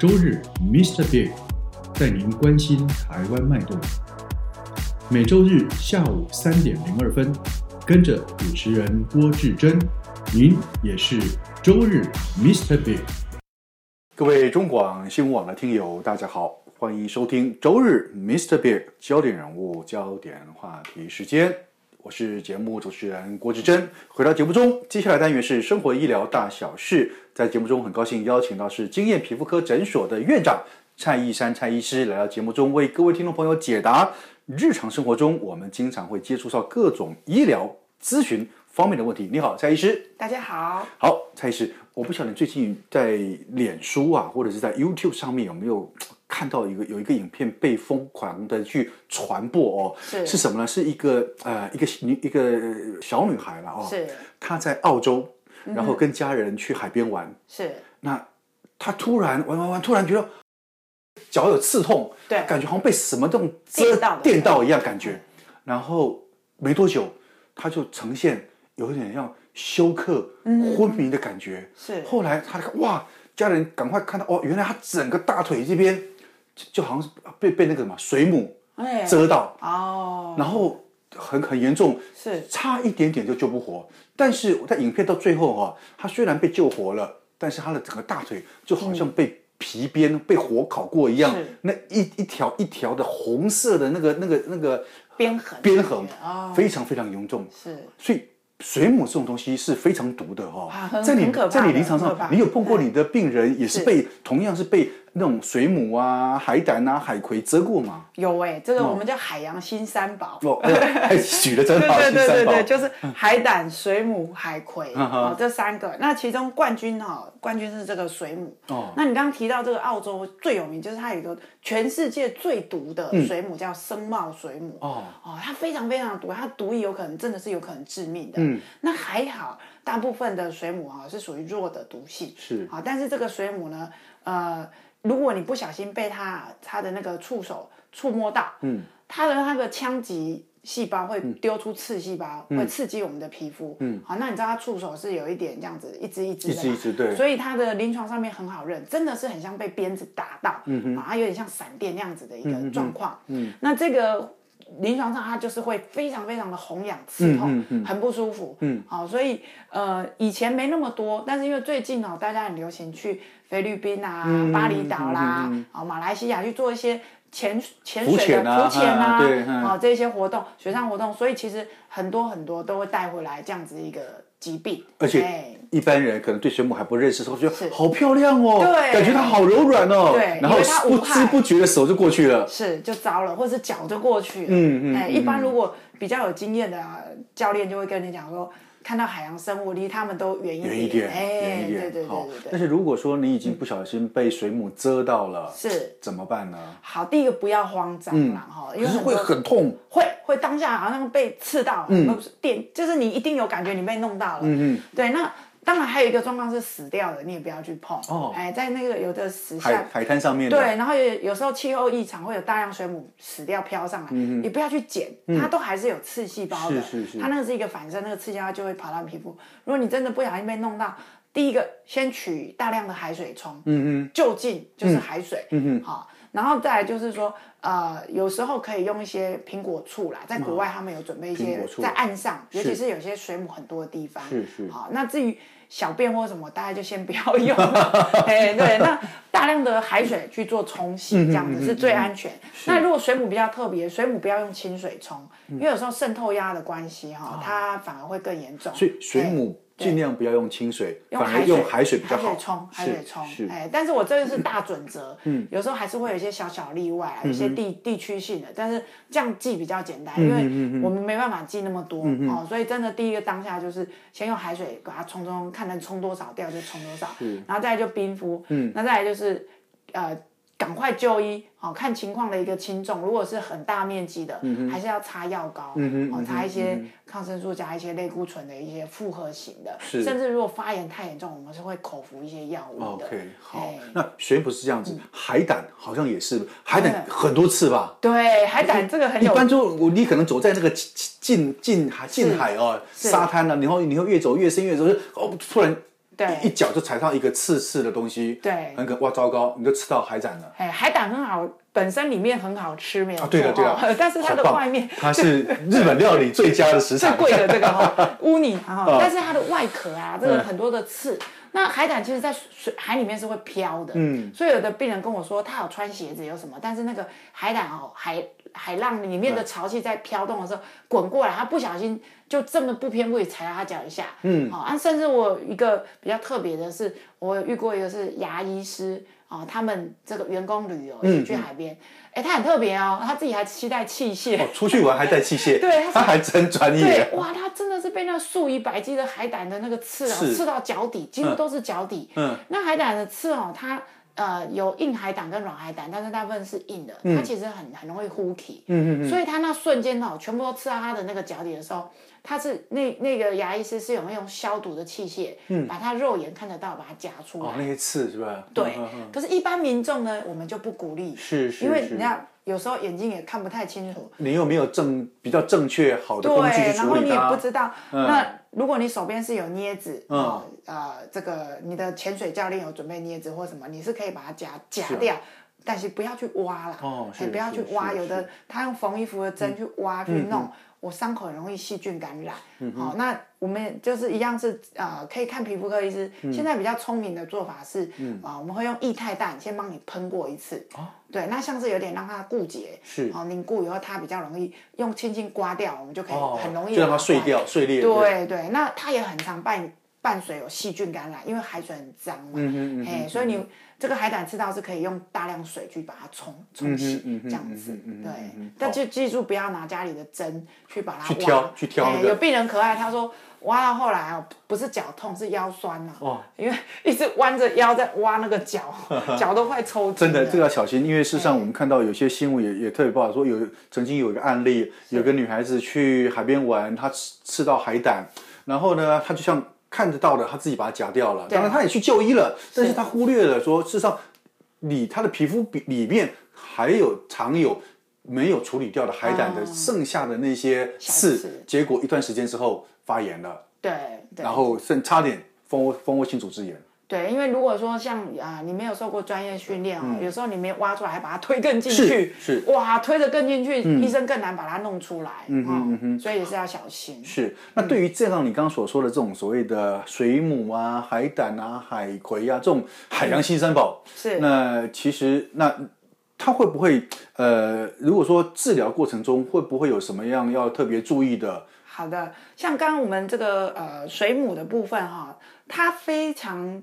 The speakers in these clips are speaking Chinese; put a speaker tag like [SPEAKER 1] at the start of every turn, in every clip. [SPEAKER 1] 周日，Mr. Big 带您关心台湾脉动。每周日下午三点零二分，跟着主持人郭志珍，您也是周日 Mr. Big。
[SPEAKER 2] 各位中广新闻网的听友，大家好，欢迎收听周日 Mr. Big 焦点人物、焦点话题时间。我是节目主持人郭志珍。回到节目中，接下来单元是生活医疗大小事。在节目中，很高兴邀请到是经验皮肤科诊所的院长蔡义山蔡医师来到节目中，为各位听众朋友解答日常生活中我们经常会接触到各种医疗咨询方面的问题。你好，蔡医师。
[SPEAKER 3] 大家好，
[SPEAKER 2] 好，蔡医师，我不晓得你最近在脸书啊，或者是在 YouTube 上面有没有看到一个有一个影片被疯狂的去传播哦？
[SPEAKER 3] 是
[SPEAKER 2] 是什么呢？是一个呃一个女一个小女孩了哦，
[SPEAKER 3] 是嗯
[SPEAKER 2] 她在澳洲，然后跟家人去海边玩，
[SPEAKER 3] 是，
[SPEAKER 2] 那她突然玩玩玩，突然觉得脚有刺痛，
[SPEAKER 3] 对
[SPEAKER 2] 感觉好像被什么东西
[SPEAKER 3] 电到的
[SPEAKER 2] 电到一样感觉，然后没多久她就呈现有一点像休克、
[SPEAKER 3] 嗯
[SPEAKER 2] 昏迷的感觉，
[SPEAKER 3] 是
[SPEAKER 2] 后来她看哇，家人赶快看到哦，原来她整个大腿这边就就好像是被被那个什么水母
[SPEAKER 3] 哎
[SPEAKER 2] 遮到，
[SPEAKER 3] 哦，
[SPEAKER 2] 然后很很严重，
[SPEAKER 3] 是
[SPEAKER 2] 差一点点就救不活。但是我在影片到最后哈、他虽然被救活了，但是他的整个大腿就好像被皮鞭、被火烤过一样
[SPEAKER 3] 是，
[SPEAKER 2] 那一一条一条的红色的那个那个那个
[SPEAKER 3] 边痕
[SPEAKER 2] 边痕，
[SPEAKER 3] 哦，
[SPEAKER 2] 非常非常严重。
[SPEAKER 3] 是
[SPEAKER 2] 所以水母这种东西是非常毒的哦
[SPEAKER 3] 哇，很
[SPEAKER 2] 在你
[SPEAKER 3] 很可怕
[SPEAKER 2] 在你
[SPEAKER 3] 的
[SPEAKER 2] 临床
[SPEAKER 3] 很可
[SPEAKER 2] 上，
[SPEAKER 3] 怕
[SPEAKER 2] 你有碰过你的病人也是
[SPEAKER 3] 是
[SPEAKER 2] 被同样是被那种水母啊、海胆啊、海葵蛰过吗？
[SPEAKER 3] 有哎，这个我们叫海洋新三宝，
[SPEAKER 2] 哦，哎呀，哎举的真
[SPEAKER 3] 对
[SPEAKER 2] 好，
[SPEAKER 3] 对对
[SPEAKER 2] 十
[SPEAKER 3] 对
[SPEAKER 2] 三宝嗯
[SPEAKER 3] 对，就是海胆、水母、海葵，
[SPEAKER 2] 嗯哼
[SPEAKER 3] 哦，这三个。那其中冠军哈、哦，冠军是这个水母。
[SPEAKER 2] 哦
[SPEAKER 3] 那你刚刚提到这个澳洲最有名，就是它有一个全世界最毒的水母，叫生茂水母。
[SPEAKER 2] 嗯哦
[SPEAKER 3] 哦，它非常非常毒，它毒液有可能真的是有可能致命的。
[SPEAKER 2] 嗯，
[SPEAKER 3] 那还好，大部分的水母哦哈、是属于弱的毒性。
[SPEAKER 2] 是
[SPEAKER 3] 好，但是这个水母呢，呃，如果你不小心被它它的那个触手触摸到，
[SPEAKER 2] 嗯，
[SPEAKER 3] 它的那个腔棘细胞会丢出刺细胞，会刺激我们的皮肤，嗯，好，那你知道它触手是有一点这样子，一只一只的嘛，
[SPEAKER 2] 一只一只对
[SPEAKER 3] 所以它的临床上面很好认，真的是很像被鞭子打到，嗯啊，它有点像闪电那样子的一个状况，嗯，那这个。临床上它就是会非常非常的红痒刺痛，
[SPEAKER 2] 嗯
[SPEAKER 3] 很不舒服。
[SPEAKER 2] 嗯，
[SPEAKER 3] 好、所以呃以前没那么多，但是因为最近哦，大家很流行去菲律宾啊、
[SPEAKER 2] 嗯
[SPEAKER 3] 巴厘岛啦、哦马来西亚去做一些潜潜
[SPEAKER 2] 浮
[SPEAKER 3] 水
[SPEAKER 2] 潜啊
[SPEAKER 3] 的浮潜
[SPEAKER 2] 嗯对嗯
[SPEAKER 3] 啊，哦这些活动水上活动，所以其实很多很多都会带回来这样子一个疾病，
[SPEAKER 2] 而且
[SPEAKER 3] 哎
[SPEAKER 2] 一般人可能对水母还不认识，说觉
[SPEAKER 3] 是
[SPEAKER 2] 得好漂亮哦，
[SPEAKER 3] 对
[SPEAKER 2] 感觉它好柔软哦，
[SPEAKER 3] 对
[SPEAKER 2] 然后
[SPEAKER 3] 以为它
[SPEAKER 2] 不
[SPEAKER 3] 无
[SPEAKER 2] 知
[SPEAKER 3] 害
[SPEAKER 2] 不觉的手就过去了，
[SPEAKER 3] 是就糟了，或是脚就过去了。
[SPEAKER 2] 嗯嗯
[SPEAKER 3] 哎，一般如果比较有经验的啊教练就会跟你讲说，看到海洋生物离他们都远一
[SPEAKER 2] 远一点，
[SPEAKER 3] 哎，
[SPEAKER 2] 远一
[SPEAKER 3] 对对
[SPEAKER 2] 点，
[SPEAKER 3] 对
[SPEAKER 2] 好
[SPEAKER 3] 对。
[SPEAKER 2] 但
[SPEAKER 3] 对，
[SPEAKER 2] 是如果说你已经不小心被水母蛰到了，
[SPEAKER 3] 是
[SPEAKER 2] 怎么办呢？
[SPEAKER 3] 好，第一个不要慌张啦，哈、因
[SPEAKER 2] 可
[SPEAKER 3] 为
[SPEAKER 2] 是嗯会
[SPEAKER 3] 多
[SPEAKER 2] 很痛，
[SPEAKER 3] 会会当下好像被刺到，嗯，电就是你一定有感觉你被弄到了，嗯嗯，对。那当然还有一个状况是死掉的，你也不要去碰，
[SPEAKER 2] 哦
[SPEAKER 3] 哎，在那个有的石像
[SPEAKER 2] 海。海滩上面的，
[SPEAKER 3] 对，，然后有有时候气候异常会有大量水母死掉飘上来，也不要去捡，它都还是有刺细胞的，
[SPEAKER 2] 嗯是是是
[SPEAKER 3] 它那个是一个反射，那个刺细胞就会跑到皮肤。如果你真的不小心被弄到，第一个先取大量的海水冲，
[SPEAKER 2] 嗯嗯，
[SPEAKER 3] 就近就是海水，
[SPEAKER 2] 嗯哼
[SPEAKER 3] 好，然后再来就是说，呃，有时候可以用一些苹果醋啦，在国外他们有准备一
[SPEAKER 2] 嗯苹
[SPEAKER 3] 些
[SPEAKER 2] 果醋
[SPEAKER 3] 在岸上，
[SPEAKER 2] 是
[SPEAKER 3] 尤其是有些水母很多的地方，
[SPEAKER 2] 是是
[SPEAKER 3] 好，那至于小便或什么，大家就先不要用， 哎，对，那大量的海水去做冲
[SPEAKER 2] 嗯
[SPEAKER 3] 洗，这样子是最安全。那如果水母比较特别，水母不要用清水冲，
[SPEAKER 2] 嗯
[SPEAKER 3] 因为有时候渗透压的关系哈，它反而会更严重，
[SPEAKER 2] 啊所以水
[SPEAKER 3] 哎
[SPEAKER 2] 母尽量不要用清水，
[SPEAKER 3] 用
[SPEAKER 2] 反
[SPEAKER 3] 海
[SPEAKER 2] 而
[SPEAKER 3] 水
[SPEAKER 2] 用海水比较
[SPEAKER 3] 海
[SPEAKER 2] 好
[SPEAKER 3] 水，冲，海
[SPEAKER 2] 是
[SPEAKER 3] 水冲
[SPEAKER 2] 是，
[SPEAKER 3] 哎，但是我这个是大准则，嗯，有时候还是会有一些小小例外啊，
[SPEAKER 2] 嗯
[SPEAKER 3] 有一些地地区性的，但是这样记比较简单，因
[SPEAKER 2] 嗯
[SPEAKER 3] 为我们没办法记那么多哦，所以真的第一个当下就是先用海水把它冲冲，看能冲多少掉就冲多少，然后再来就冰敷，嗯，那再来就是呃。赶快就医，好、看情况的一个轻重。如果是很大面积的，还是要擦药膏，
[SPEAKER 2] 嗯哼
[SPEAKER 3] 哦
[SPEAKER 2] 嗯哼
[SPEAKER 3] 擦一些抗生素加一些类固醇的一些复合型的，
[SPEAKER 2] 是哦
[SPEAKER 3] 甚至如果发炎太严重，我们是会口服一些药物的。
[SPEAKER 2] OK，好
[SPEAKER 3] 哎，
[SPEAKER 2] 那水母是这样子，海胆好像也是，海胆
[SPEAKER 3] 嗯
[SPEAKER 2] 很多次吧。
[SPEAKER 3] 对，海胆这个很
[SPEAKER 2] 一
[SPEAKER 3] 有
[SPEAKER 2] 般就我你可能走在那个近近近海近海哦
[SPEAKER 3] 是
[SPEAKER 2] 沙滩啊，然后你会越走越深越走，就哦突然
[SPEAKER 3] 对
[SPEAKER 2] 一一脚就踩到一个刺刺的东西，
[SPEAKER 3] 对
[SPEAKER 2] 很可哇糟糕，你就吃到海胆了。
[SPEAKER 3] 哎，海胆很好，本身里面很好吃，没有
[SPEAKER 2] 啊对的
[SPEAKER 3] 错
[SPEAKER 2] 对的
[SPEAKER 3] 哦但是它的
[SPEAKER 2] 好棒
[SPEAKER 3] 外面
[SPEAKER 2] 它是日本料理最佳的食
[SPEAKER 3] 最
[SPEAKER 2] 材，
[SPEAKER 3] 贵的这个哈、 乌尼哈，但是它的外壳啊，这个很多的刺。那海胆其实，在水海里面是会飘的，嗯，所以有的病人跟我说，他有穿鞋子有什么，但是那个海胆哦，海海浪里面的潮气在飘动的时候滚过来，他不小心就这么不偏不倚踩到他脚一下，嗯，哦，啊，甚至我有一个比较特别的是，我有遇过一个是牙医师。哦，他们这个员工旅游一起去海边，哎、他很特别哦，他自己还期待器械，
[SPEAKER 2] 哦出去玩还带器械，
[SPEAKER 3] 对它是
[SPEAKER 2] 他还真专
[SPEAKER 3] 对
[SPEAKER 2] 业，，
[SPEAKER 3] 哇，他真的是被那数以百计的海胆的那个刺哦，
[SPEAKER 2] 是
[SPEAKER 3] 刺到脚底，几乎都是脚底。
[SPEAKER 2] 嗯，
[SPEAKER 3] 那海胆的刺哦，它呃有硬海胆跟软海胆，但是大部分是硬的，
[SPEAKER 2] 嗯
[SPEAKER 3] 它其实很很容易呼起。嗯嗯嗯。所以他那瞬间哦，全部都刺到他的那个脚底的时候，他是那那个牙医师是有用消毒的器械，嗯，把他肉眼看得到，把它夹出来。
[SPEAKER 2] 哦那些刺是吧？
[SPEAKER 3] 对
[SPEAKER 2] 嗯嗯嗯，
[SPEAKER 3] 可是，一般民众呢，我们就不鼓励，
[SPEAKER 2] 是是
[SPEAKER 3] 因为
[SPEAKER 2] 是
[SPEAKER 3] 你看，有时候眼睛也看不太清楚，
[SPEAKER 2] 你又没有正比较正确好的
[SPEAKER 3] 对，
[SPEAKER 2] 工具去
[SPEAKER 3] 然
[SPEAKER 2] 处
[SPEAKER 3] 后
[SPEAKER 2] 理
[SPEAKER 3] 你也
[SPEAKER 2] 它嗯
[SPEAKER 3] 不，知道。那如果你手边是有镊子，哦呃，这个你的潜水教练有准备镊子或什么，你是可以把它夹夹掉。但是不要去挖啦，
[SPEAKER 2] 哦
[SPEAKER 3] 哎
[SPEAKER 2] 是
[SPEAKER 3] 不要
[SPEAKER 2] 是
[SPEAKER 3] 去挖，
[SPEAKER 2] 是嗯
[SPEAKER 3] 有的他用缝衣服的针去挖、去弄，我伤口很容易细菌感染。好、
[SPEAKER 2] 嗯
[SPEAKER 3] 那我们就是一样是呃，可以看皮肤科医师。
[SPEAKER 2] 嗯
[SPEAKER 3] 现在比较聪明的做法是，啊、我们会用液态氮先帮你喷过一次，
[SPEAKER 2] 哦
[SPEAKER 3] 对，那像是有点让它固结，
[SPEAKER 2] 是
[SPEAKER 3] 哦，凝固以后它比较容易用轻轻刮掉，我们就可以
[SPEAKER 2] 哦，
[SPEAKER 3] 很容易
[SPEAKER 2] 就让它
[SPEAKER 3] 把
[SPEAKER 2] 碎
[SPEAKER 3] 刮
[SPEAKER 2] 掉碎裂，
[SPEAKER 3] 对对，那它也很常伴伴随有细菌感染，因为海水很脏嘛，
[SPEAKER 2] 嗯嗯嗯
[SPEAKER 3] 哎，所以你这个海胆吃到是可以用大量水去把它冲
[SPEAKER 2] 嗯
[SPEAKER 3] 冲洗，这样子，对。但就记住不要拿家里的针去把它
[SPEAKER 2] 去
[SPEAKER 3] 挖
[SPEAKER 2] 挑去挑
[SPEAKER 3] 哎
[SPEAKER 2] 那个
[SPEAKER 3] 有病人可爱，他说挖到后来哦，不是脚痛是腰酸了、
[SPEAKER 2] 哦
[SPEAKER 3] 因为一直弯着腰在挖那个 脚，脚都快抽筋
[SPEAKER 2] 真的，
[SPEAKER 3] 了。
[SPEAKER 2] 这个要小心，因为事实上我们看到有些新闻也也特别报道说有曾经有一个案例，有个女孩子去海边玩，她吃吃到海胆，然后呢，她就像看得到的，她自己把它夹掉了，
[SPEAKER 3] 对
[SPEAKER 2] 当
[SPEAKER 3] 啊
[SPEAKER 2] 然她也去就医了，但是
[SPEAKER 3] 是
[SPEAKER 2] 她忽略了说，事实上你她的皮肤比里面还有藏有。没有处理掉的海胆的剩啊下的那些
[SPEAKER 3] 小
[SPEAKER 2] 刺
[SPEAKER 3] 刺，
[SPEAKER 2] 结果一段时间之后发炎了，
[SPEAKER 3] 对对。
[SPEAKER 2] 然后甚差点蜂窝蜂窝性组织炎。
[SPEAKER 3] 对，因为如果说像啊、你没有受过专业训练哦，有时候你没挖出来，还把它推更进去，
[SPEAKER 2] 是是
[SPEAKER 3] 哇，推着更进去，医生更难把它弄出来，嗯嗯嗯，所以也是要小心。
[SPEAKER 2] 是，那对于这样你刚刚所说的这种所谓的水母啊、海胆啊、海葵啊这种海洋新生宝，
[SPEAKER 3] 是
[SPEAKER 2] 那其实那它会不会呃，如果说治疗过程中会不会有什么样要特别注意的？
[SPEAKER 3] 好的，像刚刚我们这个呃水母的部分哈、它非常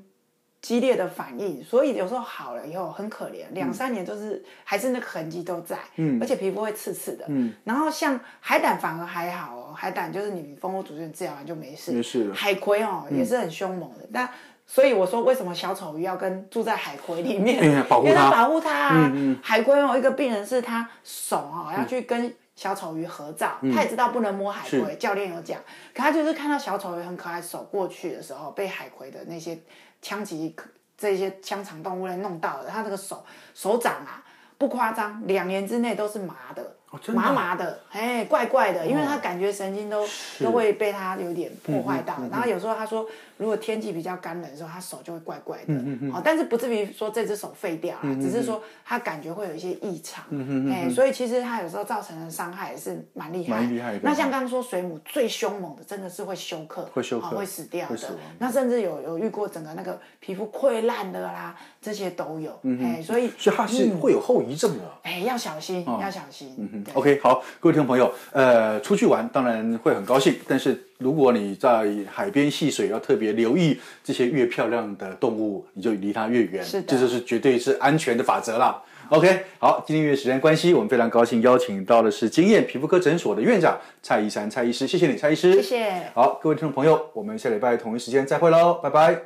[SPEAKER 3] 激烈的反应，所以有时候好了以后很可
[SPEAKER 2] 嗯
[SPEAKER 3] 怜，两三年都是、还是那个痕迹都在，嗯，而且皮肤会刺刺的，嗯，然后像海胆反而还好哦，海胆就是你蜂窝组织炎治疗完就没事，
[SPEAKER 2] 没事了嗯
[SPEAKER 3] 海葵哦也是很凶猛的，但。所以我说，为什么小丑鱼要跟住在海葵里面？
[SPEAKER 2] 因为保护嗯
[SPEAKER 3] 因为
[SPEAKER 2] 它
[SPEAKER 3] 保护它啊。海龟哦，一个病人是他手哦
[SPEAKER 2] 嗯
[SPEAKER 3] 要去跟小丑鱼合照，他也知道不能摸海
[SPEAKER 2] 是
[SPEAKER 3] 龟，教练有讲，可他就是看到小丑鱼很可爱，手过去的时候被海葵的那些枪击这些香肠动物类弄到了，他这个手手掌啊。不夸张，两年之内都是麻的，
[SPEAKER 2] 真的啊
[SPEAKER 3] 麻麻的，哎，怪怪的，因
[SPEAKER 2] 哦
[SPEAKER 3] 为他感觉神经都、都会被他有点破坏
[SPEAKER 2] 嗯
[SPEAKER 3] 到。然后有时候他说，如果天气比较干冷的时候，他手就会怪怪的，
[SPEAKER 2] 嗯
[SPEAKER 3] 哦，但是不至于说这只手废掉啊，只是说他感觉会有一些异常，
[SPEAKER 2] 嗯
[SPEAKER 3] 哎、所以其实他有时候造成的伤害也是蛮厉害，
[SPEAKER 2] 蛮厉害的
[SPEAKER 3] 那像刚刚说水母最凶猛的，真的是会休克，
[SPEAKER 2] 会休克
[SPEAKER 3] 哦会死掉
[SPEAKER 2] 会
[SPEAKER 3] 的
[SPEAKER 2] 死亡，
[SPEAKER 3] 那甚至有有遇过整个那个皮肤溃烂的啦，这些都有，哎，所以
[SPEAKER 2] 嗯所以它是哦会有后遗症的。
[SPEAKER 3] 哎要小心，要小心，嗯
[SPEAKER 2] OK，好，各位听众朋友，呃，出去玩当然会很高兴，但是如果你在海边戏水，要特别留意这些越漂亮的动物，你就离它越远，
[SPEAKER 3] 是的
[SPEAKER 2] 这就是绝对是安全的法则啦。OK，好，今天因为时间关系，我们非常高兴邀请到的是经验皮肤科诊所的院长蔡依珊蔡医师，谢谢你，蔡医师，
[SPEAKER 3] 谢谢
[SPEAKER 2] 好，各位听众朋友，我们下礼拜同一时间再会喽，拜拜。